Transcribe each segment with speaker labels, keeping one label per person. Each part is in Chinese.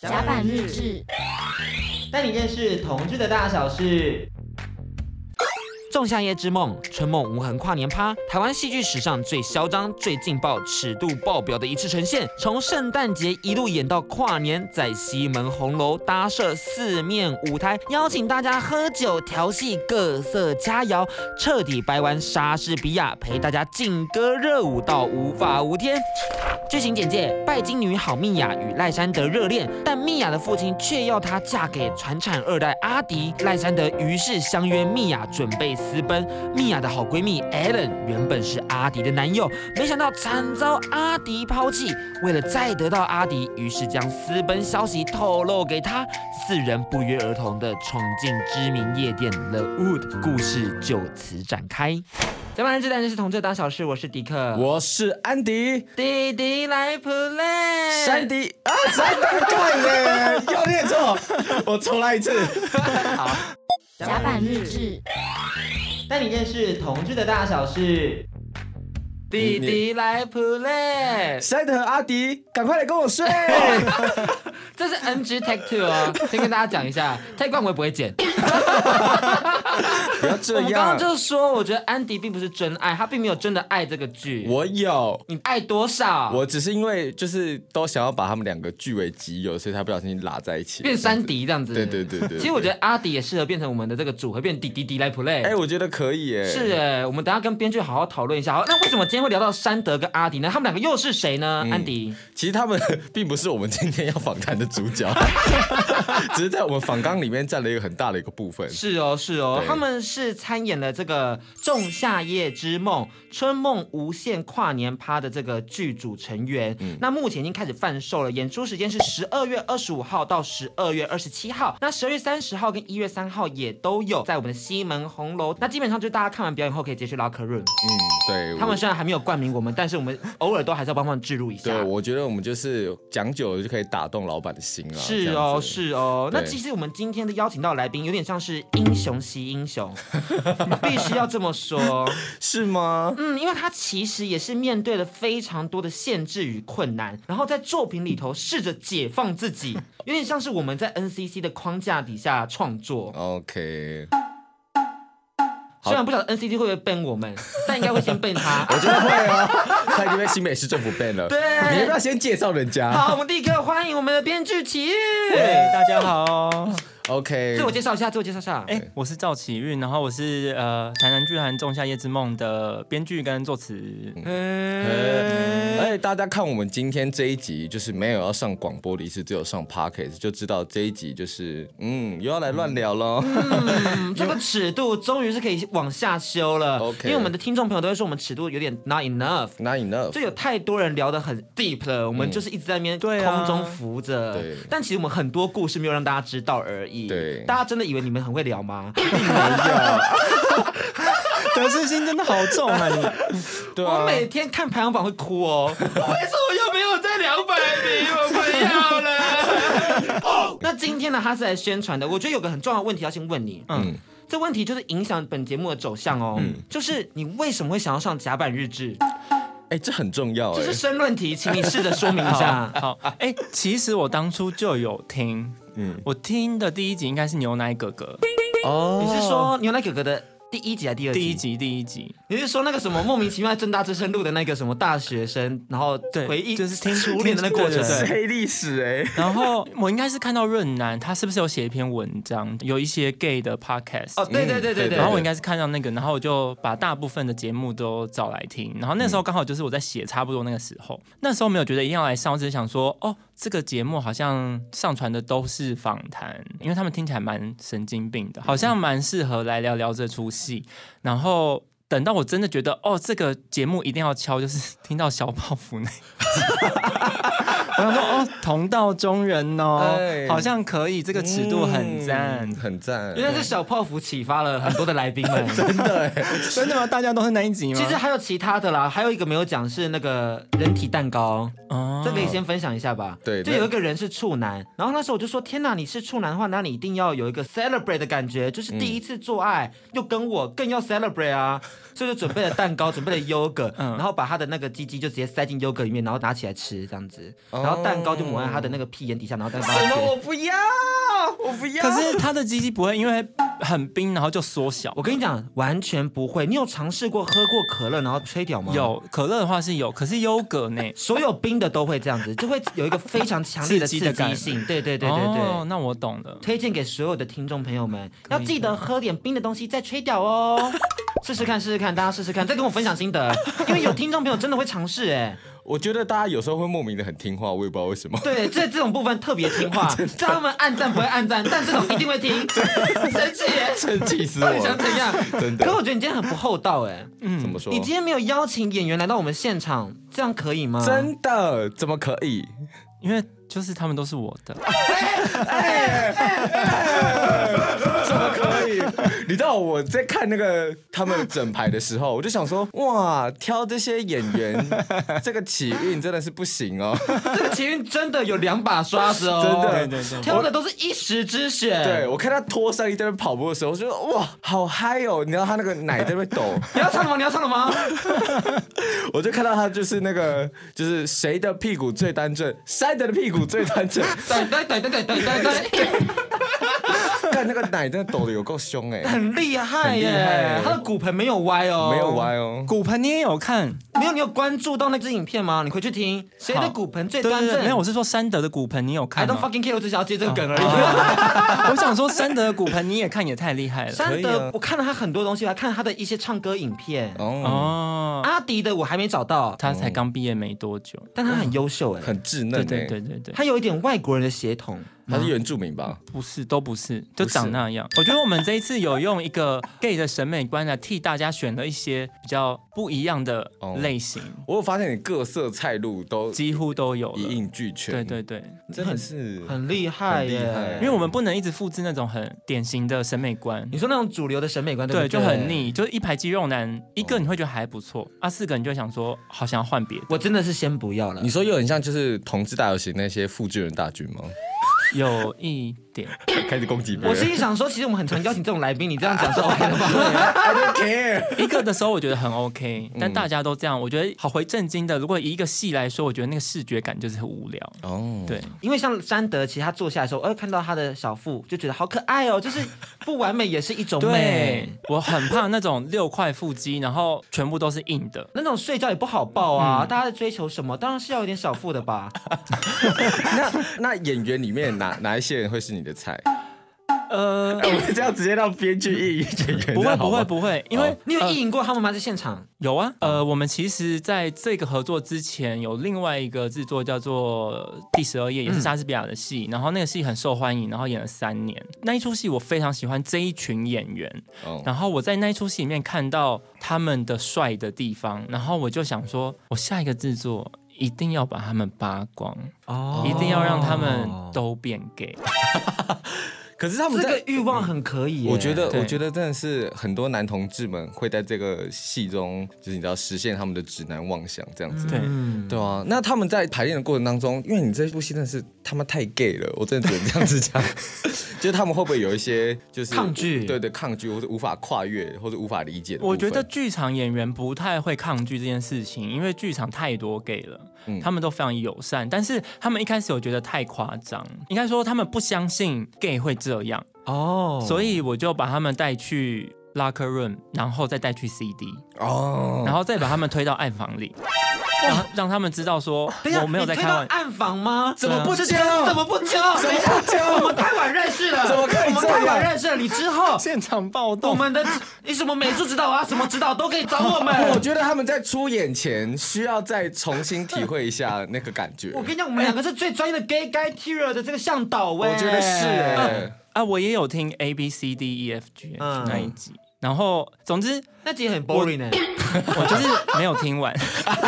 Speaker 1: 甲板日志，
Speaker 2: 带你认识同志的大小事。
Speaker 3: 仲夏夜之梦、春梦无痕跨年趴，台湾戏剧史上最嚣张、最劲爆、尺度爆表的一次呈现，从圣诞节一路演到跨年，在西门红楼搭设四面舞台，邀请大家喝酒、调戏、各色佳肴，彻底掰弯莎士比亚，陪大家劲歌热舞到无法无天。剧情简介：拜金女好蜜雅与赖山德热恋，但蜜雅的父亲却要她嫁给传产二代阿迪。赖山德于是相约蜜雅，准备私奔。蜜雅的好闺蜜 Allen 原本是阿迪的男友，没想到惨遭阿迪抛弃。为了再得到阿迪，于是将私奔消息透露给他，四人不约而同的闯进知名夜店 The Wood，故事就此展开。甲板日志，但是同志大小事，我是迪克，
Speaker 4: 我是安迪，
Speaker 3: 弟弟来 play，
Speaker 4: 山迪啊，山迪对 耶，又念错，我重来一次。
Speaker 1: 甲板日志，
Speaker 2: 带你认识同志的大小事。
Speaker 3: 弟弟来 play，
Speaker 4: 山迪和阿迪，赶快来跟我睡。哎
Speaker 3: 这是 NG Take Two 哦，先跟大家讲一下，Take One 我也不会剪。
Speaker 4: 不要
Speaker 3: 我
Speaker 4: 这
Speaker 3: 们刚刚
Speaker 4: 样，
Speaker 3: 就说，我觉得安迪并不是真爱，他并没有真的爱这个剧。
Speaker 4: 我有。
Speaker 3: 你爱多少？
Speaker 4: 我只是因为就是都想要把他们两个据为己有，所以才不小心拉在一起。
Speaker 3: 变山迪这样子。
Speaker 4: 对对对对对
Speaker 3: 其实我觉得阿迪也适合变成我们的这个组合，变弟弟迪来 play。
Speaker 4: 哎、我觉得可以耶。
Speaker 3: 是哎，我们等一下跟编剧好好讨论一下。好，那为什么今天会聊到山德跟阿迪呢？他们两个又是谁呢？安迪，
Speaker 4: 其实他们并不是我们今天要访谈的主角， 只是在我们访纲里面占了一个很大的一个部分。
Speaker 3: 是哦，是哦，
Speaker 4: 对
Speaker 3: 他们是参演了这个《仲夏夜之梦》《春梦无限跨年趴》的这个剧组成员。
Speaker 4: 嗯
Speaker 3: 那目前已经开始贩售了，演出时间是十二月二十五号到十二月二十七号，那十二月三十号跟一月三号也都有在我们的西门红楼。那基本上就是大家看完表演后可以直接去 locker room。
Speaker 4: 嗯，对，
Speaker 3: 他
Speaker 4: 我
Speaker 3: 们虽然还没有冠名我们，但是我们偶尔都还是要帮忙置入一下。
Speaker 4: 对，我觉得我们就是讲久了就可以打动老板的心了。
Speaker 3: 是
Speaker 4: 这
Speaker 3: 哦，
Speaker 4: 样子。
Speaker 3: 是哦。那
Speaker 4: 对
Speaker 3: 其实我们今天的邀请到的来宾，有点像是英雄惜英雄，必须要这么说。
Speaker 4: 是吗？
Speaker 3: 嗯，因为他其实也是面对了非常多的限制与困难，然后在作品里头试着解放自己，有点像是我们在 NCC 的框架底下创作。
Speaker 4: 哦 OK，
Speaker 3: 虽然不晓得 NCC 会不会 ban 我们，但应该会先 ban 他。
Speaker 4: 我觉得会啊， 他已经被新北市政府 ban 了。
Speaker 3: 对
Speaker 4: 你要不要先介绍人家
Speaker 3: 好，我们立刻欢迎我们的编剧奇 遇。
Speaker 5: 哎
Speaker 4: 哎
Speaker 5: 大家 好，
Speaker 4: ？OK，
Speaker 3: 自我介绍一下，自我介绍一下。
Speaker 5: 哎、我是赵启运，然后我是呃台南剧团《仲夏夜之梦》的编剧跟作词。
Speaker 4: 呃，而且大家看我们今天这一集，就是没有要上广播的意思，只有上 podcast，就知道这一集就是嗯，又要来乱聊喽。
Speaker 3: 嗯，这个尺度终于是可以往下修了。
Speaker 4: OK
Speaker 3: 因为我们的听众朋友都会说我们尺度有点 not enough。
Speaker 4: Not enough，
Speaker 3: 就有太多人聊得很 deep 了，我们就是一直在那边
Speaker 5: 对啊
Speaker 3: 空中浮着。
Speaker 4: 嗯对
Speaker 3: 但其实我们很多故事没有让大家知道而已。
Speaker 4: 对
Speaker 3: 大家真的以为你们很会聊 吗？
Speaker 5: 得失心真的好重啊！ 你
Speaker 4: 对
Speaker 3: 我
Speaker 4: 啊，
Speaker 3: 每天看排行榜会哭 哦。为什么又没有在两百名？我不要 了。哦那今天呢，他是来宣传的。我觉得有个很重要的问题要先问你。嗯。这问题就是影响本节目的走向哦，
Speaker 4: 嗯
Speaker 3: 就是你为什么会想要上甲板日志？
Speaker 4: 哎、这很重要哎、
Speaker 3: 这是申论题，请你试着说明一 下。
Speaker 5: 好，好哎、其实我当初就有听，
Speaker 4: 嗯
Speaker 5: 嗯，我听的第一集应该是牛奶哥哥
Speaker 4: 哦
Speaker 3: 你是说牛奶哥哥的第一集还是第二集？
Speaker 5: 第一集，第一集，
Speaker 3: 你是说那个什么莫名其妙在正大之声录的那个什么大学生，然后
Speaker 5: 对
Speaker 3: 回忆
Speaker 5: 就是听
Speaker 3: 初恋的那个过程？
Speaker 5: 对对对
Speaker 4: 黑历史哎、
Speaker 5: 然后我应该是看到润南他是不是有写一篇文章，有一些 gay 的 podcast，、
Speaker 3: 哦，对对对对
Speaker 4: 嗯对
Speaker 3: 对。
Speaker 5: 然后我应该是看到那个，然后我就把大部分的节目都找来听。然后那时候刚好就是我在写，差不多那个时候，那时候没有觉得一定要来上，我只是想说，哦，这个节目好像上传的都是访谈，因为他们听起来蛮神经病的，好像蛮适合来聊聊这出戏。然后。等到我真的觉得哦，这个节目一定要敲，就是听到小泡芙 那一集，我想说哦，同道中人哦，
Speaker 4: 哎
Speaker 5: 好像可以，这个尺度很赞
Speaker 4: 嗯，很赞
Speaker 3: 原。来是小泡芙启发了很多的来宾们。
Speaker 5: 真的吗？大家都是那一集吗？
Speaker 3: 其实还有其他的啦，还有一个没有讲是那个人体蛋糕，
Speaker 5: 哦
Speaker 3: 这可以先分享一下吧。
Speaker 4: 对
Speaker 3: 就
Speaker 4: 那
Speaker 3: 有一个人是处男，然后那时候我就说：天哪，你是处男的话，那你一定要有一个 celebrate 的感觉，就是第一次做爱，又跟我更要 celebrate 啊。所以就准备了蛋糕，准备了 yogurt，、然后把他的那个鸡鸡就直接塞进 yogurt 里面，然后拿起来吃这样子。然然后蛋糕就抹在他的那个屁眼底下，然后蛋糕
Speaker 4: 什么？我不要，我不要。
Speaker 5: 可是他的鸡鸡不会因为很冰然后就缩小
Speaker 3: 我。跟你讲，完全不会。你有尝试过喝过可乐然后吹掉吗？。
Speaker 5: 有可乐的话是有，可是优 格呢？
Speaker 3: 所有冰的都会这样子，就会有一个非常强烈的刺
Speaker 5: 刺激的
Speaker 3: 激
Speaker 5: 感
Speaker 3: 性。对对对对对。
Speaker 5: 哦，那我懂了。
Speaker 3: 推荐给所有的听众朋友们，要记得喝点冰的东西再吹掉哦。试试看，试试看，大家试试看，再跟我分享心 得，因为有听众朋友真的会尝试哎。
Speaker 4: 我觉得大家有时候会莫名的很听话，我也不知道为什么。
Speaker 3: 对，这这种部分特别听 话，叫他们暗赞不会暗赞，但这种一定会听，生气耶。
Speaker 4: 真 气死
Speaker 3: 到
Speaker 4: 我
Speaker 3: 底想
Speaker 4: 了！
Speaker 3: 怎样？
Speaker 4: 真的
Speaker 3: 可我觉得你今天很不厚道哎，
Speaker 4: 怎么说？
Speaker 3: 你今天没有邀请演员来到我们现场，这样可以吗？
Speaker 4: 真的怎么可以？
Speaker 5: 因为就是他们都是我的，
Speaker 4: 怎么可以？你知道我在看那个他们整排的时候，我就想说，哇，挑这些演员，这个起运真的是不行 哦。
Speaker 3: 这个奇运真的有两把刷子哦，
Speaker 4: 真的
Speaker 5: 对对
Speaker 3: 挑的都是一时之选。
Speaker 4: 对，我看他脱上衣在那边跑步的时候，我就说哇，好嗨哦！你知道他那个奶在那边抖，
Speaker 3: 你要唱了吗？你要唱了 吗？
Speaker 4: 我就看到他就是那个就是谁的屁股最端正，塞德的屁股最端 正，
Speaker 3: 对对对对对对对对。
Speaker 4: 但那个奶真的抖的有够凶哎、
Speaker 3: 很厉害耶！
Speaker 4: 很厉害
Speaker 3: 哎他的骨盆没有歪哦，
Speaker 4: 没有。歪哦。
Speaker 5: 骨盆你也有看，
Speaker 3: 没有，你有关注到那支影片吗？你回去听，谁的骨盆最
Speaker 5: 对
Speaker 3: 端
Speaker 5: 对
Speaker 3: 正？
Speaker 5: 对，没有，我是说山德的骨盆你有
Speaker 3: I
Speaker 5: 看
Speaker 4: 哦
Speaker 3: don't
Speaker 5: 吗？
Speaker 3: fucking care，我只想要接这个梗而
Speaker 4: 啊
Speaker 3: 已。
Speaker 5: 我想说山德的骨盆你也看，也太 厉害了。
Speaker 3: 山
Speaker 4: 可以
Speaker 3: 德
Speaker 4: 啊，
Speaker 3: 我看了他很多东西，我还看他的一些唱歌影片。
Speaker 4: 哦，
Speaker 5: 哦，
Speaker 3: 阿迪的我还没找到，
Speaker 5: 他才刚毕业没多久。
Speaker 3: 但他很优秀哎，
Speaker 4: 很稚嫩、
Speaker 5: 对
Speaker 4: 欸，
Speaker 5: 对嗯对对对，
Speaker 3: 他有一点外国人的血统。
Speaker 4: 他是原住民吧？
Speaker 5: 不是，都不是，就
Speaker 4: 不是
Speaker 5: 长那样。我觉得我们这一次有用一个 gay 的审美观来替大家选了一些比较不一样的
Speaker 3: 哦
Speaker 5: 类型，
Speaker 4: 我有发现你各色菜路都
Speaker 5: 几乎都有
Speaker 4: 一
Speaker 5: 了。
Speaker 4: 应俱全，
Speaker 5: 对，对对，
Speaker 4: 真的是
Speaker 3: 很厉害
Speaker 4: 很厉害
Speaker 3: 耶！
Speaker 5: 因为我们不能一直复制那种很典型的审美观
Speaker 3: 你，说那种主流的审美观，对，
Speaker 5: 对，就很。腻，就是一排肌肉男，
Speaker 4: 哦
Speaker 5: 一个你会觉得还不错，啊，四个你就会想说好想要换别的，
Speaker 3: 我真的是先不要了
Speaker 4: 你。说又很像就是同志大游行那些复制人大军吗？
Speaker 5: 有一点，
Speaker 4: 开始攻击别人，
Speaker 3: 我心里想说，其实我们很常邀请这种来宾，你这样 讲是 OK 的吧？
Speaker 4: I don't care。
Speaker 5: 一个的时候我觉得很 OK，但
Speaker 4: 嗯
Speaker 5: 大家都这样，我觉得好回正经的。如果以一个戏来说，我觉得那个视觉感就是很无聊，
Speaker 4: 哦，
Speaker 5: 对。
Speaker 3: 因为像山德，其实他坐下来的时候，呃，看到他的小腹，就觉得好可爱哦，就是不完美也是一种
Speaker 5: 对
Speaker 3: 美。，
Speaker 5: 我很怕那种六块腹肌，然后全部都是硬的。
Speaker 3: 那种睡觉也不好抱啊，
Speaker 4: 嗯
Speaker 3: 大家在追求什么？当然是要有点小腹的吧。
Speaker 4: 那那演员里面哪哪一些人会是你的菜？
Speaker 5: 呃，
Speaker 4: 哎，我们这样直接让编剧意演员
Speaker 5: 不会不会不会，因为
Speaker 3: 你有意淫过他们吗？在现场？
Speaker 5: 有啊，呃，我们其实在这个合作之前有另外一个制作叫做《第十二夜》，也是莎士比亚的戏，然后那个戏很受欢迎，然后演了三年。那一出戏我非常喜欢这一群演员，
Speaker 4: 哦
Speaker 5: 然后我在那一出戏里面看到他们的帅的地方，然后我就想说，我下一个制作一定要把他们扒光，
Speaker 4: 呃
Speaker 3: 哦
Speaker 5: 一定要让他们都变 gay。
Speaker 4: 可是他们
Speaker 3: 这个
Speaker 4: 在，
Speaker 3: 欲望很可以耶。
Speaker 4: 我觉得
Speaker 5: 对
Speaker 4: 我觉得真的是很多男同志们会在这个戏中，就是你知道实现他们的直男妄想这样子。
Speaker 5: 对，
Speaker 3: 嗯，
Speaker 4: 对啊，那他们在排练的过程当中，因为你这部戏真的是他妈太 gay 了，我真的只能这样子 讲，就是他们会不会有一些就是
Speaker 3: 抗拒
Speaker 4: 对对，抗拒或者无法跨越或者无法理解的部分？
Speaker 5: 我觉得剧场演员不太会抗拒这件事情，因为剧场太多 gay 了，
Speaker 4: 嗯
Speaker 5: 他们都非常友善。但是他们一开始有觉得太夸张，应该说他们不相信 gay 会这样，
Speaker 3: 哦，
Speaker 5: 嗯所以我就把他们带去 locker room，然后再带去 CD，、
Speaker 4: 哦，
Speaker 5: 然后再把他们推到暗房里，然后让他们知道说
Speaker 3: 等一下，
Speaker 5: 我没有在
Speaker 3: 你
Speaker 5: 开
Speaker 3: 推到
Speaker 5: 玩笑。
Speaker 3: 暗房吗？
Speaker 4: 怎么不
Speaker 3: 这
Speaker 4: 交？
Speaker 3: 怎么不交？怎么不交？我们太晚认识了，
Speaker 4: 怎么可以
Speaker 3: 我们
Speaker 4: 这样
Speaker 3: 太晚认识了，你之 后。
Speaker 5: 现场暴
Speaker 3: 我
Speaker 5: 动，
Speaker 3: 们的你什么美术指导啊，什么指导都可以找我们。
Speaker 4: 我觉得他们在出演前需要再重新体会一下那个感 觉。
Speaker 3: 我跟你讲，我们两个是最专业的 gay guy tier 的这个向导欸喂、
Speaker 4: 我觉得是哎、
Speaker 5: 啊！我也有听 A B C D E F G
Speaker 3: 嗯
Speaker 5: 那一集，然后总之
Speaker 3: 那集很 boring 哎、
Speaker 5: 我就是没有听完，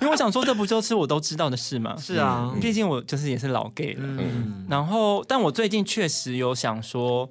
Speaker 5: 因为我想说，这不就是我都知道的事吗？嗯
Speaker 3: 是啊，
Speaker 5: 毕竟我就是也是老 gay 了。
Speaker 3: 嗯，
Speaker 5: 然后，但我最近确实有想说，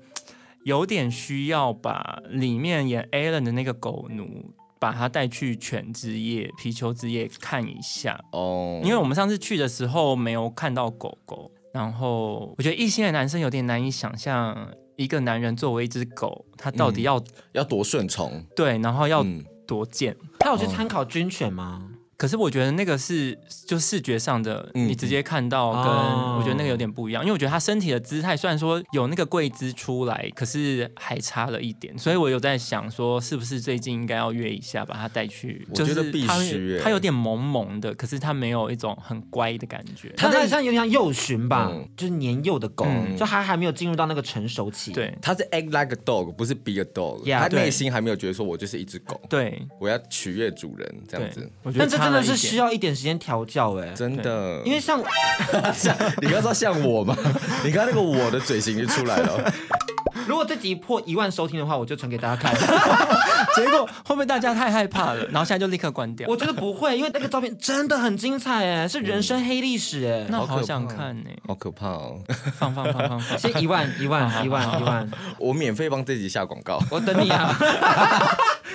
Speaker 5: 有点需要把里面演 Alan 的那个狗奴，把他带去犬之夜、皮球之夜看一下，
Speaker 4: 哦，
Speaker 5: 因为我们上次去的时候没有看到狗狗。然后，我觉得异性的男生有点难以想象，一个男人作为一只狗，他到底要、
Speaker 4: 要多顺从，
Speaker 5: 对，然后要
Speaker 4: 嗯，
Speaker 5: 多贱。
Speaker 3: 他有去参考军犬吗？
Speaker 5: 可是我觉得那个是就视觉上的，
Speaker 4: 嗯
Speaker 5: 你直接看到跟
Speaker 3: 哦
Speaker 5: 我觉得那个有点不一样，因为我觉得他身体的姿态虽然说有那个跪姿出来，可是还差了一点，所以我有在想说，是不是最近应该要约一下把他带去？
Speaker 4: 我
Speaker 5: 就
Speaker 4: 觉得
Speaker 5: 是
Speaker 4: 必
Speaker 5: 他
Speaker 4: 须欸耶
Speaker 5: 他有点萌萌的，可是他没有一种很乖的感觉。
Speaker 3: 它它像有点像幼熊吧，
Speaker 4: 嗯
Speaker 3: 就是年幼的狗，
Speaker 5: 嗯
Speaker 3: 就它还没有进入到那个成熟期。，
Speaker 5: 对
Speaker 4: 他是 act like a dog，不是 be a dog。
Speaker 3: Yeah，
Speaker 4: 他
Speaker 3: 对
Speaker 4: 内心还没有觉得说我就是一只狗，
Speaker 5: 对
Speaker 4: 我要取悦主人这样
Speaker 5: 对
Speaker 4: 子。，
Speaker 5: 我觉得
Speaker 3: 但这
Speaker 5: 差
Speaker 3: 真的
Speaker 5: 了一
Speaker 3: 是
Speaker 5: 点
Speaker 3: 需要一点时间调教哎、
Speaker 4: 真的，
Speaker 3: 因为像
Speaker 4: 像你刚刚说像我嘛， 你刚刚那个我的嘴型就出来了，
Speaker 3: 如果这集破一万收听的话，我就传给大家看。
Speaker 5: 结果 会不会大家太害怕了，然后现在就立刻关掉？
Speaker 3: 我觉得不会，因为那个照片真的很精彩哎、是人生黑历史哎、
Speaker 5: 那
Speaker 4: 好可
Speaker 5: 好想
Speaker 4: 怕
Speaker 5: 看 呢、
Speaker 4: 好可怕哦！
Speaker 5: 放放放放放。
Speaker 3: 先一万一万一万一万，
Speaker 4: 我免费帮这集下广告。
Speaker 3: 我等你 啊！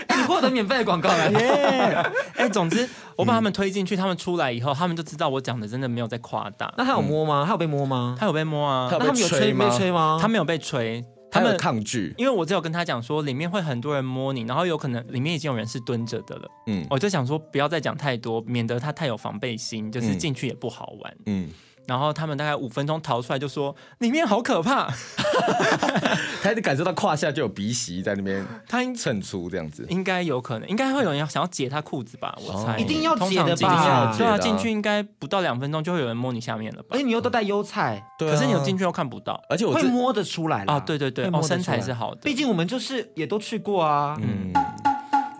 Speaker 3: 欸你获得免费的广告了。
Speaker 5: 耶！ 哎，总之我把他们
Speaker 4: 嗯
Speaker 5: 推进去，他们出来以后，他们就知道我讲的真的没有在夸大。
Speaker 3: 那他有摸吗？他有被摸吗？
Speaker 5: 他有被摸啊
Speaker 4: 嗯他，
Speaker 3: 那他们有吹
Speaker 4: 有被吹吗啊
Speaker 3: 没吹吗？
Speaker 5: 他没有被锤，他
Speaker 4: 他们
Speaker 5: 们。
Speaker 4: 抗拒，
Speaker 5: 因为我只有跟他讲说，里面会很多人摸你，然后有可能里面已经有人是蹲着的了。
Speaker 4: 嗯
Speaker 5: 我就想说，不要再讲太多，免得他太有防备心，就是进去也不好玩。
Speaker 4: 嗯，
Speaker 5: 然后他们大概五分钟逃出来，就说里面好可怕，
Speaker 4: 他一直感受到胯下就有鼻息在那边
Speaker 5: 他应
Speaker 4: 衬出这样子。
Speaker 5: 应该有可能，应该会有人要想要解他裤子吧？我猜
Speaker 4: 一定
Speaker 3: 要
Speaker 5: 通
Speaker 3: 解
Speaker 5: 常
Speaker 3: 的
Speaker 5: 进
Speaker 3: 吧一
Speaker 5: 去
Speaker 3: 定要
Speaker 4: 哦解
Speaker 5: 对
Speaker 4: 的啊
Speaker 5: 啊，进去应该不到两分钟就会有人摸你下面了吧
Speaker 3: 哎而且？你又都带优菜，
Speaker 4: 对啊
Speaker 5: 可是你有进去又看不到
Speaker 4: 而且我
Speaker 3: 会
Speaker 4: 这
Speaker 3: 摸得出来啦
Speaker 5: 啊？对对对
Speaker 3: 会，摸
Speaker 5: 哦，
Speaker 3: 得
Speaker 5: 身材
Speaker 3: 出来
Speaker 5: 是好的
Speaker 3: 毕。竟我们就是也都去过啊。
Speaker 4: 嗯，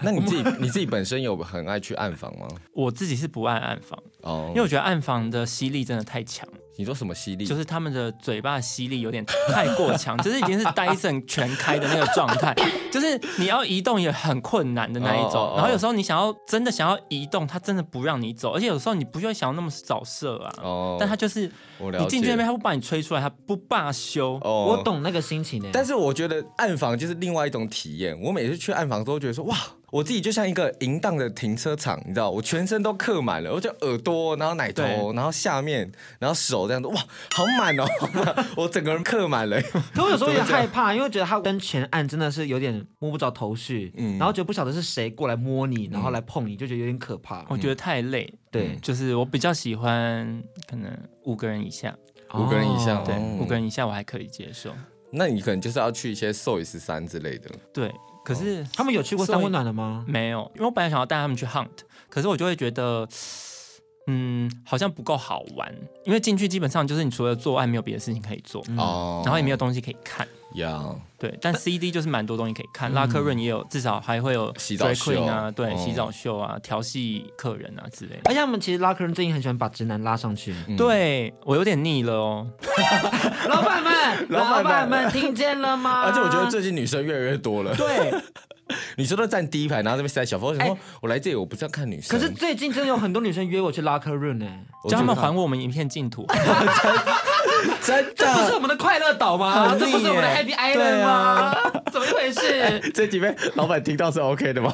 Speaker 4: 那你 自己你自己本身有很爱去暗访吗？
Speaker 5: 我自己是不爱暗房，
Speaker 4: 哦，
Speaker 5: 因为我觉得暗房的吸力真的太强，
Speaker 4: 你说什么犀利？
Speaker 5: 就是他们的嘴巴的吸力有点太过强， 就是已经是 Dyson 全开的那个状态，就是你要移动也很困难的那一
Speaker 4: 哦哦
Speaker 5: 种
Speaker 4: 哦。
Speaker 5: 然后有时候你想要真的想要移动，它真的不让你走，而且有时候你不会想要那么早射啊，
Speaker 4: 哦，
Speaker 5: 但它就是
Speaker 4: 我了解
Speaker 5: 你进去那边，它不把你吹出来，它不罢休。
Speaker 4: 哦
Speaker 3: 我。懂那个心情呢、
Speaker 4: 但是我觉得暗访就是另外一种体验。我每次去暗访都觉得说，哇，我自己就像一个淫荡的停车场，你知道，我全身都刻满了，我就耳朵，然后奶头，
Speaker 5: 对
Speaker 4: 然后下面，然后手这样子，哇，好满哦，我整个人刻满了。
Speaker 3: 可我有时候有点害怕，因为觉得他跟前岸真的是有点摸不着头绪，
Speaker 4: 嗯
Speaker 3: 然后觉得不晓得是谁过来摸你，然后来碰你，就觉得有点可怕。
Speaker 4: 嗯
Speaker 5: 我觉得太累，
Speaker 3: 对，
Speaker 5: 就是我比较喜欢可能五个人以下，
Speaker 4: 五个人以下
Speaker 3: 哦
Speaker 5: 对，
Speaker 4: 哦
Speaker 5: 五个人以下我还可以接受，
Speaker 4: 那你可能就是要去一些兽医十三之类的。
Speaker 5: 对。可是
Speaker 4: 哦
Speaker 3: 他们有去过
Speaker 5: 所以
Speaker 3: 三温暖的吗？
Speaker 5: 没有，因为我本来想要带他们去 hunt，可是我就会觉得，嗯，好像不够好玩，因为进去基本上就是你除了做爱没有别的事情可以做，
Speaker 4: 哦，
Speaker 5: 然后也没有东西可以看。
Speaker 4: 呀，
Speaker 5: 对，但 CD 就是蛮多东西可以看，拉客润也有，至少还会有
Speaker 4: 嗯洗澡
Speaker 5: drag queen
Speaker 4: 秀
Speaker 5: 啊，对，
Speaker 4: 哦
Speaker 5: 洗澡秀啊，调戏客人啊之类的。
Speaker 3: 而且他们其实拉客人最近很喜欢把直男拉上去。
Speaker 4: 嗯
Speaker 5: 对我有点腻了哦，
Speaker 3: 老板们，
Speaker 4: 老板
Speaker 3: 老
Speaker 4: 们
Speaker 3: 板们听见了吗？
Speaker 4: 而且我觉得最近女生越来越多了。
Speaker 5: 对，
Speaker 4: 你说都站第一排，然后这边塞小风，然后我来这里我哎不是要看女生，
Speaker 3: 可是最近真的有很多女生约我去拉客润 呢、
Speaker 5: 叫他们还我们一片净土。
Speaker 4: 真
Speaker 3: 这不是
Speaker 4: 的。
Speaker 3: 我们的快乐岛吗？
Speaker 5: 很
Speaker 3: 这不是我们的 Happy
Speaker 5: 腻耶
Speaker 3: Island
Speaker 5: 对
Speaker 3: 吗？
Speaker 5: 啊
Speaker 3: 怎么一回 事？
Speaker 4: 这几位老板听到是 OK 的吗？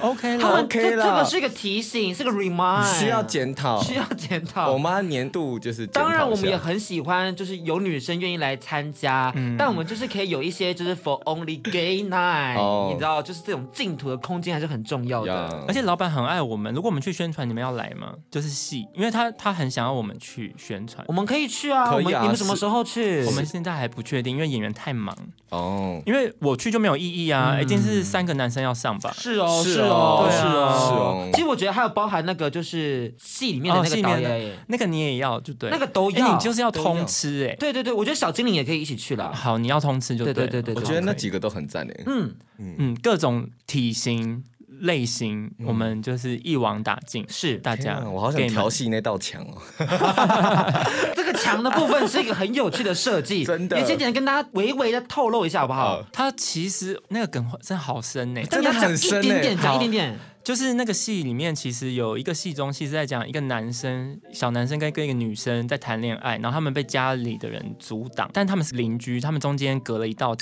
Speaker 5: OK
Speaker 3: 他们
Speaker 5: 了，
Speaker 4: OK
Speaker 3: 这这
Speaker 4: 啦
Speaker 3: 个是一个提醒，是个 remind，
Speaker 4: 需要检讨，
Speaker 3: 需要检
Speaker 4: 我
Speaker 3: 讨。
Speaker 4: 妈年度就是检讨一
Speaker 3: 当
Speaker 4: 下
Speaker 3: 然，我们也很喜欢，就是有女生愿意来参加，
Speaker 4: 嗯
Speaker 3: 但我们就是可以有一些就是 for only gay night，、
Speaker 4: 哦
Speaker 3: 你知道，就是这种净土的空间还是很重要的。
Speaker 4: 呀
Speaker 5: 而且老板很爱我们，如果我们去宣传，你们要来吗？就是戏，因为他他很想要我们去宣传
Speaker 3: 我。们可以去啊，
Speaker 4: 可
Speaker 3: 我
Speaker 4: 以啊
Speaker 3: 们你们什么时候去？
Speaker 5: 我们现在还不确定，因为演员太忙，
Speaker 4: 哦，
Speaker 5: 因为我去就没有意义啊，一定是三个男生要上吧。
Speaker 3: 嗯是哦，
Speaker 4: 是
Speaker 3: 是
Speaker 4: 哦
Speaker 3: 哦，
Speaker 5: 对
Speaker 3: 是
Speaker 5: 啊
Speaker 3: 哦。
Speaker 4: 是哦
Speaker 3: 其实我觉得还有包含那个就是戏里面的那
Speaker 5: 哦戏
Speaker 3: 个
Speaker 5: 里
Speaker 3: 导
Speaker 5: 面
Speaker 3: 演
Speaker 5: 的
Speaker 3: 也，
Speaker 5: 那个你也要，就对，
Speaker 3: 那个都
Speaker 5: 哎
Speaker 3: 要，
Speaker 5: 你就是要
Speaker 4: 都
Speaker 5: 通
Speaker 4: 要
Speaker 5: 吃哎、
Speaker 3: 对对对，我觉得小精灵也可以一起去 啦。
Speaker 5: 好，你要通吃就
Speaker 3: 对
Speaker 5: 对
Speaker 3: 对对
Speaker 5: 了
Speaker 3: 对
Speaker 4: 我
Speaker 3: 对
Speaker 4: 觉得那几个都很赞欸诶。
Speaker 3: 嗯，
Speaker 5: 嗯，各种体型类
Speaker 3: 嗯
Speaker 5: 型，我们就是一网打尽，是大
Speaker 4: 天
Speaker 5: 家
Speaker 4: 啊，我好想
Speaker 5: gay 们
Speaker 4: 调戏那道墙哦。
Speaker 3: 这个墙的部分是一个很有趣的设计，
Speaker 4: 真的
Speaker 3: 也先简单跟大家微微的透露一下好不好
Speaker 4: 好？
Speaker 5: 他其实那个梗真的好深呢、
Speaker 4: 真的很深
Speaker 3: 一点
Speaker 4: 欸
Speaker 3: 点，讲一
Speaker 5: 好
Speaker 3: 点点。
Speaker 5: 就是那个戏里面，其实有一个戏中戏是在讲一个男生，小男生跟跟一个女生在谈恋爱，然后他们被家里的人阻挡，但他们是邻居，他们中间隔了一道墙，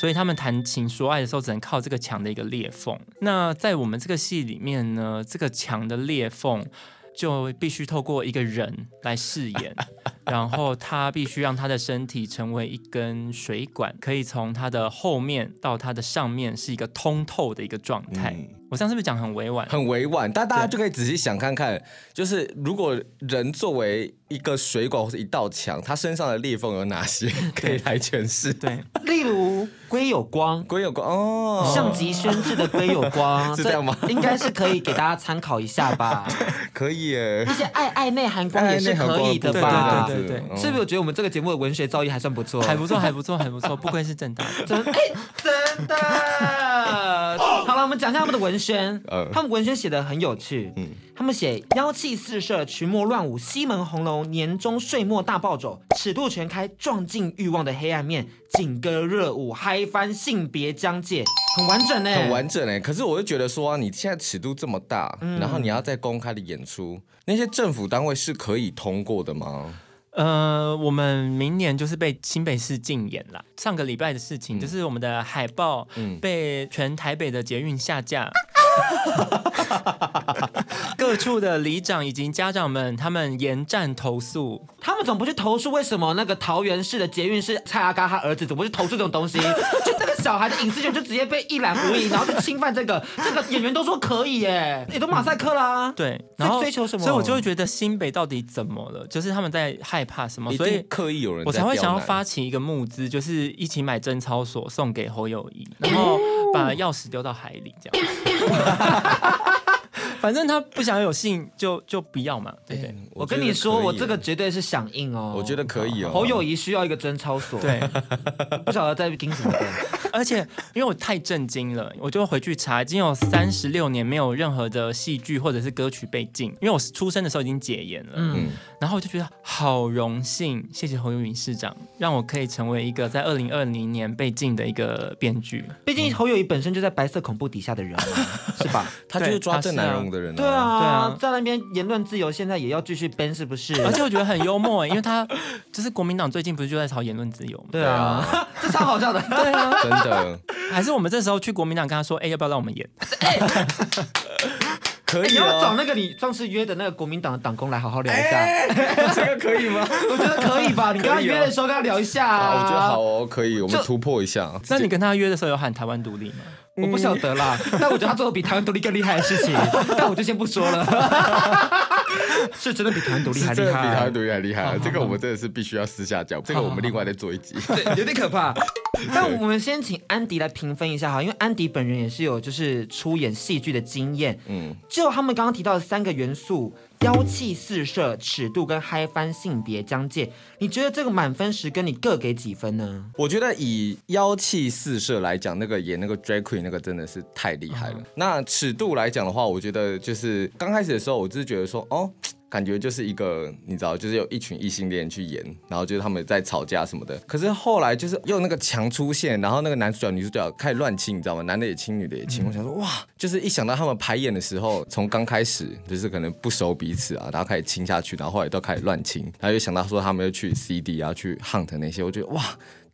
Speaker 5: 所以他们谈情说爱的时候只能靠这个墙的一个裂缝。那在我们这个戏里面 呢，这个墙的裂缝就必须透过一个人来饰演。然后他必须让他的身体成为一根水管，可以从他的后面到他的上面是一个通透的一个状态。
Speaker 4: 嗯
Speaker 5: 我上次是不是讲很委婉？
Speaker 4: 很委婉，但大家
Speaker 5: 对
Speaker 4: 就可以仔细想看看，就是如果人作为一个水管或是一道墙，他身上的裂缝有 哪些可以来诠释？
Speaker 5: 对，
Speaker 3: 例如龟有光。
Speaker 4: 鬼有光哦，
Speaker 3: 像极轩制的龟有光，
Speaker 4: 是这样吗？
Speaker 3: 应该是可以给大家参考一下 吧。
Speaker 4: 可以耶哎
Speaker 3: 那，些爱爱内含光也是可以的吧？
Speaker 5: 对对
Speaker 4: 啊
Speaker 5: 对对
Speaker 3: 是不是？我觉得我们这个节目的文学造诣还算不错，
Speaker 5: 还不错，还不错，还不错，不 愧是正大。
Speaker 3: 真哎、真 的。好了，我们讲一下他们的文宣。
Speaker 4: 哦嗯
Speaker 3: 他们文宣写的很有趣。他们写妖气四射，群魔乱舞，西门红楼，年终岁末大暴走，尺度全开，撞进欲望的黑暗面，劲歌热舞，嗨翻性别疆界，很完整呢、
Speaker 4: 很完整哎。可是我就觉得说啊，你现在尺度这么大，
Speaker 3: 嗯
Speaker 4: 然后你要在公开的演出，那些政府单位是可以通过的吗？
Speaker 5: 呃，我们明年就是被新北市禁演啦。上个礼拜的事情，就是我们的海报
Speaker 4: 嗯
Speaker 5: 被全台北的捷运下架。 各处的里长以及家长们，他们严战投诉，
Speaker 3: 他们总不去投诉为什么那个桃园市的捷运是蔡阿嘎他儿子，总不去投诉这种东 西？就那个小孩的隐私权就直接被一览无遗，然后就侵犯这个，这个演员都说可以耶，也都马赛克啦、
Speaker 5: 对，
Speaker 3: 在
Speaker 5: 然后
Speaker 3: 追求什么
Speaker 5: 所以我就会觉得新北到底怎么了？就是他们在害怕什么？
Speaker 3: 哦
Speaker 4: 一
Speaker 5: 所
Speaker 4: 定
Speaker 5: 以
Speaker 4: 刻意有人，
Speaker 5: 我才会想要。
Speaker 4: 欸
Speaker 5: 发起一个募资，就是一起买贞操锁送给侯友谊，然后把钥匙丢到海里这样。 反正他不想有性就就不要嘛，对不对？
Speaker 3: 我跟你说，
Speaker 4: 觉得可以欸
Speaker 3: 我这个绝对是响应哦。
Speaker 4: 我觉得可以哦
Speaker 3: 侯友谊需要一个贞操所，，
Speaker 5: 对，
Speaker 3: 不晓得在盯什么 灯。
Speaker 5: 而且因为我太震惊了，我就回去查，已经有三十六年没有任何的戏剧或者是歌曲被禁，因为我出生的时候已经解严了。
Speaker 3: 嗯，
Speaker 5: 然后我就觉得好荣幸，谢谢侯友谊市长，让我可以成为一个在二零二零年被禁的一个编剧。
Speaker 3: 毕
Speaker 4: 嗯
Speaker 3: 竟侯友谊本身就在白色恐怖底下的人 嘛，是吧？
Speaker 4: 他就是
Speaker 5: 对
Speaker 4: 抓
Speaker 5: 他是
Speaker 4: 正南
Speaker 5: 啊
Speaker 4: 荣的人、
Speaker 3: 对啊，
Speaker 5: 对啊
Speaker 3: 在那边言论自由，现在也要继续 ban 是不是？
Speaker 5: 而且我觉得很幽默欸，因为他就是国民党最近不是就在吵言论自由吗？
Speaker 3: 对啊， 这超好 笑的。对啊，
Speaker 4: 真的
Speaker 5: 还是我们这时候去国民党跟他说，哎、要不要让 我们演？
Speaker 4: 可
Speaker 3: 你
Speaker 4: 以
Speaker 3: 要找
Speaker 4: 哦。
Speaker 3: 那个你上次约的那个国民党的党工来好好聊一下，
Speaker 4: 哎， 这个可以吗？
Speaker 3: 我觉得可以吧？你跟他
Speaker 4: 可以哦
Speaker 3: 约的时候跟他聊一下啊。
Speaker 4: 啊，我觉得好哦，可以，我们
Speaker 3: 就
Speaker 4: 突破一下。
Speaker 5: 那你跟他约的时候有喊台湾独立吗？
Speaker 3: 我不晓得啦，
Speaker 4: 嗯
Speaker 3: 但我觉得他做的比台湾独立更厉害的事 情，但我就先不说了。是真的比台湾独立还
Speaker 4: 是
Speaker 3: 厉
Speaker 4: 真的比台
Speaker 3: 害
Speaker 4: 湾，独立还厉害，这个我们真的是必须要私下讲，这个我们另外再做一集。
Speaker 3: 对，有点可怕。但我们先请安迪来评分一下哈，因为安迪本人也是有就是出演戏剧的经验。嗯
Speaker 4: 嗯，
Speaker 3: 就他们刚刚提到的三个元素：妖气四射、尺度跟嗨翻性别疆界。你觉得这个满分时跟你各给几分呢？
Speaker 4: 我觉得以妖气四射来讲，那个演那个 drag queen 那个真的是太厉害了。那尺度来讲的话，我觉得就是刚开始的时候，我只是觉得说，哦，感觉就是一个你知道，就是有一群异性恋去演，然后就是他们在吵架什么的。可是后来就是又那个墙出现，然后那个男主角女主角开始乱亲，你知道吗？男的也亲，女的也亲。我想说，哇，就是一想到他们排演的时候，从刚开始就是可能不熟彼此啊，然后开始亲下去，然后后来都开始乱亲，然后又想到说他们又去 CD 啊，去 hunt 那些，我觉得哇。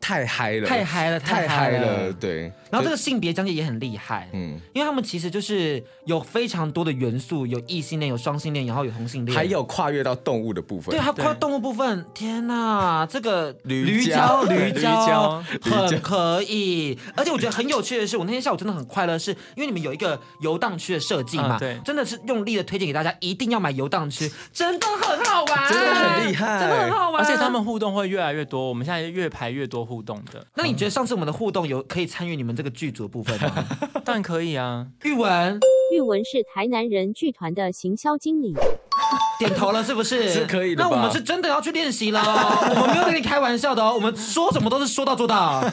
Speaker 4: 太嗨了，
Speaker 3: 太嗨了太
Speaker 4: 太
Speaker 3: 嗨
Speaker 4: 嗨
Speaker 3: 了
Speaker 4: 了，对。
Speaker 3: 然后这
Speaker 4: 个
Speaker 3: 个性别疆界也很厉害，嗯，因为他们其实就是有非常多的元素，有异性恋，有双性恋，然后有同性恋，
Speaker 4: 还有跨越到动物的部分，
Speaker 3: 对，还有跨动物部分，天哪，这个
Speaker 4: 驴
Speaker 3: 胶
Speaker 4: 胶
Speaker 3: 驴 胶
Speaker 5: 对
Speaker 4: 驴胶
Speaker 3: 很可以，而且我觉得很有趣的是，我那天下午真的很快乐，是因为你们有一个游荡区的设计嘛，
Speaker 5: 啊对
Speaker 3: 真的是用力的推荐给大家，一定要买游荡区，真的很好玩，
Speaker 4: 真的很厉害
Speaker 3: 真的很好玩，
Speaker 5: 而且他。们互动会越来越多，我们现在越排越多互动的，
Speaker 3: 那你觉得上次我们的互动有可以参与你们这个剧组的部分 吗？
Speaker 5: 当然可以啊。
Speaker 3: 玉文
Speaker 1: 玉文是台南人剧团的行销经理。
Speaker 3: 点头了，是不是？
Speaker 4: 是可以的
Speaker 3: 那
Speaker 4: 吧
Speaker 3: 我们是真的要去练习了 哦，我们没有跟你开玩笑的哦，我们说什么都是说到做 到，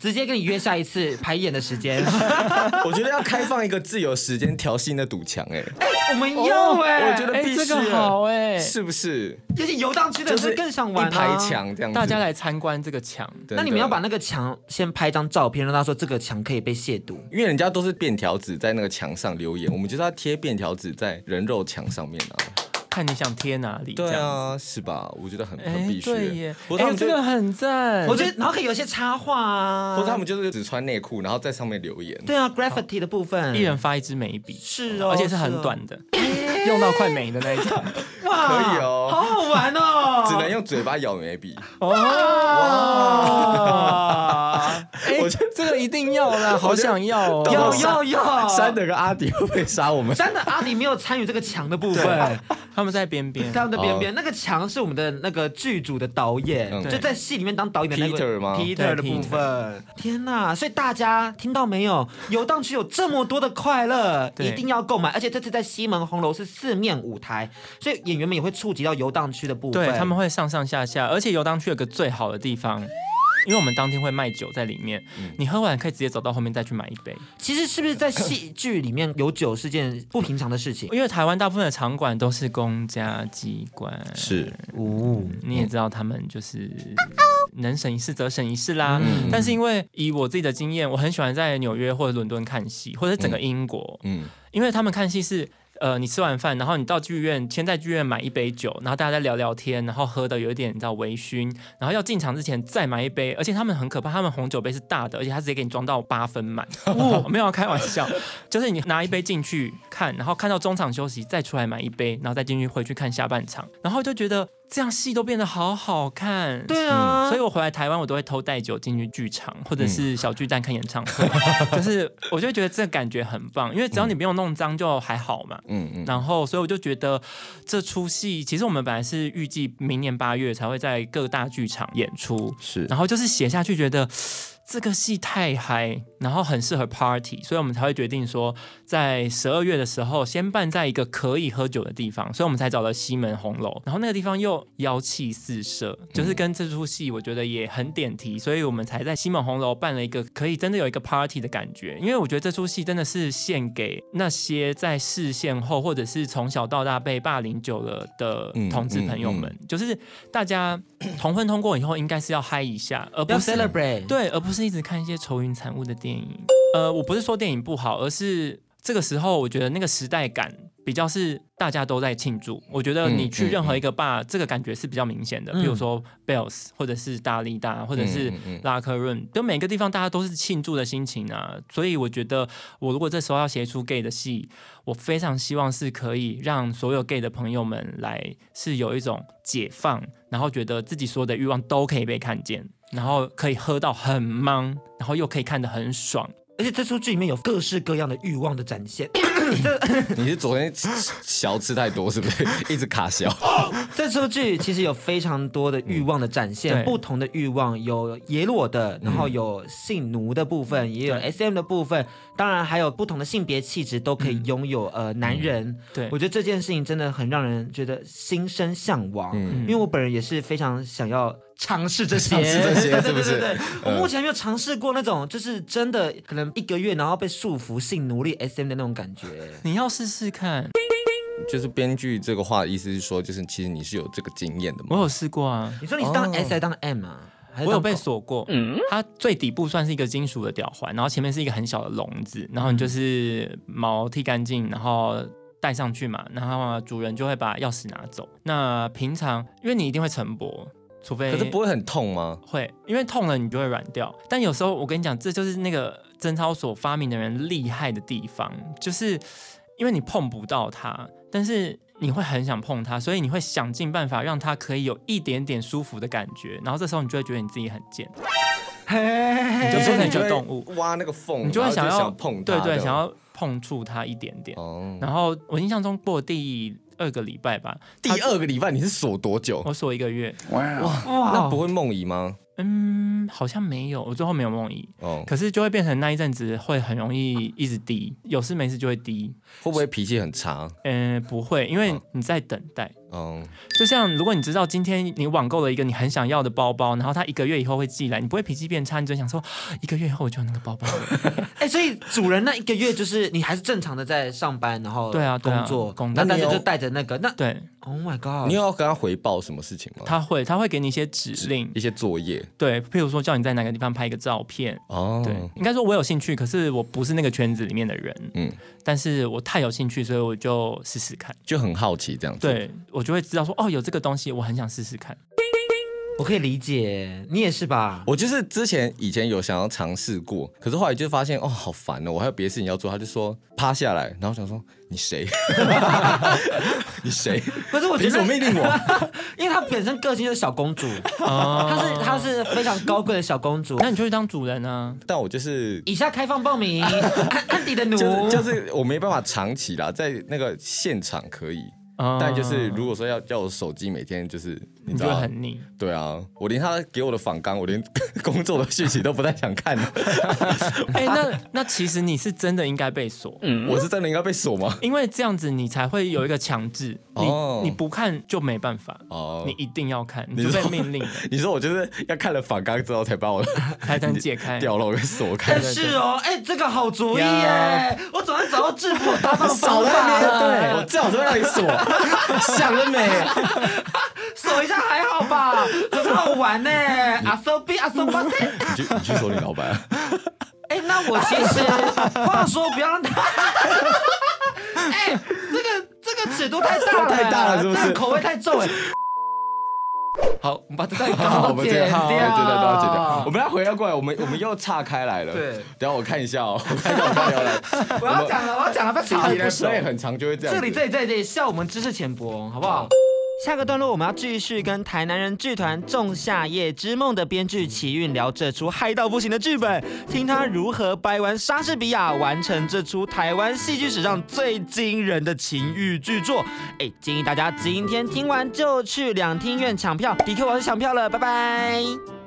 Speaker 3: 直接跟你约下一次排演的时间。
Speaker 4: 我觉得要开放一个自由时间调新的堵墙，哎，
Speaker 3: 我们要哎、
Speaker 4: 哦我觉得
Speaker 5: 哎、
Speaker 4: 必须
Speaker 5: 这个
Speaker 4: 耶
Speaker 5: 好哎、
Speaker 4: 是不是？
Speaker 3: 尤其游荡区的
Speaker 4: 就
Speaker 3: 人
Speaker 4: 是
Speaker 3: 更想玩、啊、
Speaker 4: 一排。墙这样子，
Speaker 5: 大家来参观这个墙，
Speaker 4: 真的。
Speaker 3: 那你们要把那个墙先拍张照片，让他说这个墙可以被亵渎。
Speaker 4: 因为人家都是便条纸在那个墙上留言，我们就是要贴便条纸在人肉墙上面啊。
Speaker 5: 看你想贴哪里。
Speaker 4: 对
Speaker 5: 这样，
Speaker 4: 啊，是吧？我觉得很
Speaker 5: 哎、
Speaker 4: 很必须。
Speaker 5: 对耶，
Speaker 4: 或者
Speaker 5: 哎、
Speaker 4: 他们
Speaker 5: 这
Speaker 4: 就，
Speaker 5: 个很赞。
Speaker 3: 我觉得，然后可以有一些插画啊，
Speaker 4: 或者他们就是只穿内裤，然后在上面留言。
Speaker 3: 对啊，graffiti 的部分，
Speaker 5: 一人发一支眉笔，
Speaker 3: 是哦，
Speaker 5: 而且是很
Speaker 3: 哦
Speaker 5: 短的，用到快没的那一种。
Speaker 3: 哇，
Speaker 4: 可以哦
Speaker 3: 啊好好玩哦，
Speaker 4: 只能 用嘴巴咬眉笔。
Speaker 5: 哇！哎
Speaker 4: 我觉，
Speaker 5: 这个一定要啦，好想要哦！
Speaker 3: 要要要，
Speaker 4: 山的跟阿迪会不会杀我们？
Speaker 3: 真的阿迪没有参与这个墙的部分
Speaker 5: 对。，他们在边边，
Speaker 3: 他们的边
Speaker 5: 哦
Speaker 3: 边，那个墙是我们的那个剧组的导演，
Speaker 4: 嗯
Speaker 3: 就在戏里面当导演的那个
Speaker 4: Peter 吗
Speaker 3: Peter 的
Speaker 5: 对，Peter
Speaker 3: 部分。天哪！所以大家听到没有？游荡区有这么多的快乐，
Speaker 5: 对
Speaker 3: 一定要购买。而且这次在西门红楼是四面舞台，所以演员们也会触及到游荡区的部分。
Speaker 5: 对，他们会上上下下，而且游荡区有个最好的地方。因为我们当天会卖酒在里面，你喝完可以直接走到后面再去买一杯。
Speaker 3: 其实是不是在戏剧里面有酒是件不平常的事 情？
Speaker 5: 因为台湾大部分的场馆都是公家机关，
Speaker 4: 是
Speaker 3: 哦，
Speaker 5: 你也知道他们就是能省一事则省一事啦。但是因为以我自己的经验，我很喜欢在纽约或者伦敦看戏，或者整个英国，
Speaker 4: 嗯，
Speaker 5: 因为他们看戏是。呃，你吃完饭，然后你到剧院，先在剧院买一杯酒，然后大家再聊聊天，然后喝的有一点你知道微醺，然后要进场之前再买一杯，而且他们很可怕，他们红酒杯是大的，而且他直接给你装到八分满，哦，没有开玩笑，就是你拿一杯进去看，然后看到中场休息再出来买一杯，然后再进去回去看下半场，然后就觉得这样戏都变得好好看，
Speaker 3: 对啊，
Speaker 5: 嗯所以我回来台湾，我都会偷带酒进去剧场，或者是小巨蛋看演唱会，就是我就会觉得这感觉很棒，因为只要你不用弄脏就还好嘛。
Speaker 4: 嗯嗯，
Speaker 5: 然后，所以我就觉得这出戏，其实我们本来是预计明年八月才会在各大剧场演出，
Speaker 4: 是
Speaker 5: 然后就是写下去觉得 这个戏太嗨，然后很适合 party，所以我们才会决定说，在十二月的时候先办在一个可以喝酒的地方，所以我们才找了西门红楼，然后那个地方又妖气四射，
Speaker 4: 嗯
Speaker 5: 就是跟这出戏我觉得也很点题，所以我们才在西门红楼办了一个可以真的有一个 party 的感觉，因为我觉得这出戏真的是献给那些在视线后或者是从小到大被霸凌久了的
Speaker 4: 嗯
Speaker 5: 同志
Speaker 4: 嗯
Speaker 5: 朋友
Speaker 4: 嗯
Speaker 5: 们，就是大家同婚通过以后应该是要嗨一下，而不
Speaker 3: 要
Speaker 5: 是
Speaker 3: celebrate。
Speaker 5: 对，而不是一直看一些愁云惨雾的电影。呃，我不是说电影不好，而是这个时候我觉得那个时代感比较是大家都在庆祝。我觉得
Speaker 4: 嗯
Speaker 5: 你去
Speaker 4: 嗯
Speaker 5: 任何一个吧，这个感觉是比较明显的，比如
Speaker 3: 嗯
Speaker 5: 说 Bells 或者是大力大或者是
Speaker 4: 嗯嗯嗯
Speaker 5: 拉克润，就每个地方大家都是庆祝的心情啊。所以我觉得，我如果这时候要写出 gay 的戏，我非常希望是可以让所有 gay 的朋友们来是有一种解放，然后觉得自己所有的欲望都可以被看见，然后可以喝到很忙，然后又可以看得很爽。
Speaker 3: 而且这出剧里面有各式各样的欲望的展现。
Speaker 4: 你是昨天吃小吃太多是不是？ 一直卡 小。
Speaker 3: 这出剧其实有非常多的欲望的展现，
Speaker 5: 对
Speaker 3: 不同的欲望有野裸的，然后有性奴的部
Speaker 4: 嗯
Speaker 3: 分，也有
Speaker 5: 对
Speaker 3: S M 的部分，当然还有不同的性别气质都可以拥有。呃，男
Speaker 4: 嗯
Speaker 3: 人，
Speaker 5: 对
Speaker 3: 我觉得这件事情真的很让人觉得心生向往，
Speaker 4: 嗯
Speaker 3: 因为我本人也是非常想要。尝试这些，
Speaker 4: 尝试这些
Speaker 3: 对
Speaker 4: 是不是
Speaker 3: 对
Speaker 4: 嗯
Speaker 3: 对对对我目前还没有尝试过那种，就是真的可能一个月，然后被束缚性奴隶 S M 的那种感觉。
Speaker 5: 你要试试看，
Speaker 4: 就是编剧这个话的意思是说，就是其实你是有这个经验的
Speaker 5: 我
Speaker 4: 嘛？
Speaker 5: 有试过啊。
Speaker 3: 你说你是当
Speaker 4: 哦
Speaker 3: S 还是当 M 啊？还是
Speaker 5: 我有
Speaker 3: 当
Speaker 5: 被
Speaker 3: 狗
Speaker 5: 锁过，它最底部算是一个金属的吊环，然后前面是一个很小的笼子，然
Speaker 4: 嗯
Speaker 5: 后你就是毛剃干净，然后戴上去嘛，然后主人就会把钥匙拿走。那平常因为你一定会晨勃，除非
Speaker 4: 可是不会很痛吗？
Speaker 5: 会，因为痛了你就会软掉。但有时候我跟你讲，这就是那个贞操所发明的人厉害的地方，就是因为你碰不到它，但是你会很想碰它，所以你会想尽办法让它可以有一点点舒服的感觉。然后这时候你就会觉得你自己很贱，
Speaker 3: 嘿
Speaker 5: 你就不能
Speaker 4: 就
Speaker 5: 叫动物，
Speaker 4: 挖那个缝，
Speaker 5: 你就会
Speaker 4: 然后
Speaker 5: 要
Speaker 4: 碰它
Speaker 5: 对
Speaker 4: 的，
Speaker 5: 对，想要碰触它一点点。
Speaker 4: 哦。
Speaker 5: 然后我印象中过第二个礼拜吧，
Speaker 4: 第二个礼拜你是锁多久？
Speaker 5: 我锁一个月，
Speaker 4: 那不会梦遗吗？
Speaker 5: 嗯，好像没有，我最后没有梦遗。
Speaker 4: 哦，
Speaker 5: 可是就会变成那一阵子会很容易一直低，有事没事就会低。
Speaker 4: 会不会脾气很差？
Speaker 5: 嗯、不会，因为
Speaker 4: 嗯
Speaker 5: 你在等待。
Speaker 4: 哦，
Speaker 5: 就像如果你知道今天你网购了一个你很想要的包包，然后它一个月以后会寄来，你不会脾气变差，你就想说啊一个月以后我就有那个包包了。
Speaker 3: 哎、所以主人那一个月就是你还是正常的在上班，然后
Speaker 5: 对啊对啊
Speaker 3: 工作
Speaker 5: 工
Speaker 3: 那
Speaker 5: 作
Speaker 3: 但是
Speaker 4: 那你
Speaker 3: 就
Speaker 4: 有
Speaker 3: 带着那个那
Speaker 5: 对，
Speaker 3: ，Oh my God，
Speaker 4: 你有要跟他回报什么事情吗？
Speaker 5: 哦他会他会给你一些指令
Speaker 4: 一，些作业
Speaker 5: 对，譬如说叫你在哪个地方拍一个照片。
Speaker 4: 哦，
Speaker 5: 对，应该说我有兴趣，可是我不是那个圈子里面的人，
Speaker 4: 嗯，
Speaker 5: 但是我太有兴趣，所以我就试试看。
Speaker 4: 就很好奇这样子。，
Speaker 5: 对我就会知道说，哦，有这个东西，我很想试试看。
Speaker 2: 我可以理解，你也是吧？
Speaker 4: 我就是之前以前有想要尝试过，可是后来就发现哦，好烦哦，我还有别的事情要做。他就说趴下来，然后我想说你 谁？你谁？
Speaker 2: 可是我觉
Speaker 4: 凭
Speaker 2: 得
Speaker 4: 什么命令我？
Speaker 2: 因为她本身个性就是小公主，她
Speaker 5: 哦，
Speaker 2: 是她是非常高贵的小公主。
Speaker 5: 那你就去当主人啊。
Speaker 4: 但我就是
Speaker 2: 以下开放报 名，安安迪的奴，
Speaker 4: 就是就是我没办法长期啦，在那个现场可以，
Speaker 5: 哦
Speaker 4: 但就是如果说要要我手机每天就是你
Speaker 5: 你
Speaker 4: 知
Speaker 5: 就会
Speaker 4: 道。
Speaker 5: 很腻，
Speaker 4: 对啊，我连他给我的访纲，我连 工作的讯息都不太想看。
Speaker 5: 哎，那那其实你是真的应该被锁，
Speaker 4: 我是真的应该被锁吗？
Speaker 5: 因为这样子你才会有一个强制，
Speaker 4: 哦
Speaker 5: 你你不看就没办法，
Speaker 4: 哦，
Speaker 5: 你一定要看，你
Speaker 4: 你
Speaker 5: 就被
Speaker 4: 说
Speaker 5: 命令了
Speaker 4: 你说我就是要看了反纲之后才把 我。
Speaker 5: 才能解开
Speaker 4: 掉了我给锁开
Speaker 2: 但。是哦，哎、这个好主意
Speaker 5: 呀
Speaker 2: 耶！我总算找到制服搭档的方
Speaker 4: 在那
Speaker 2: 法
Speaker 4: 边
Speaker 2: 了，
Speaker 4: 对我最好是让你 锁，想得美。
Speaker 2: 锁一下还好吧，很好 玩呢。阿苏比阿苏巴塞，
Speaker 4: 你去你去锁你老板，
Speaker 2: 哎、那我其 实话说不要让他，哎、这个这个尺度太大了，
Speaker 4: 太大了是不是
Speaker 2: 这个口味太重哎。 好，我们把这段
Speaker 4: 好，我
Speaker 2: 稿
Speaker 4: 们
Speaker 2: 剪
Speaker 4: 这好，
Speaker 2: 掉，
Speaker 4: 对对对，都要剪掉。我们要回到过来，我们我们又岔开来了。
Speaker 2: 对，
Speaker 4: 等一下我看一下哦，我看一下我到底要来。
Speaker 2: 我要讲了，我要讲了，不要吵
Speaker 4: 我
Speaker 2: 了
Speaker 4: 们，所以很长就会这样
Speaker 2: 这
Speaker 4: 子。
Speaker 2: 里这里这里这里，笑我们知识浅薄，好不好？
Speaker 3: 下个段落我们要继续跟台南人剧团《仲夏夜之梦》的编剧齐韵聊这出嗨到不行的剧本，听他如何掰弯莎士比亚，完成这出台湾戏剧史上最惊人的情欲巨作。哎，建议大家今天听完就去两厅院抢票，迪克我要去抢票了，拜拜。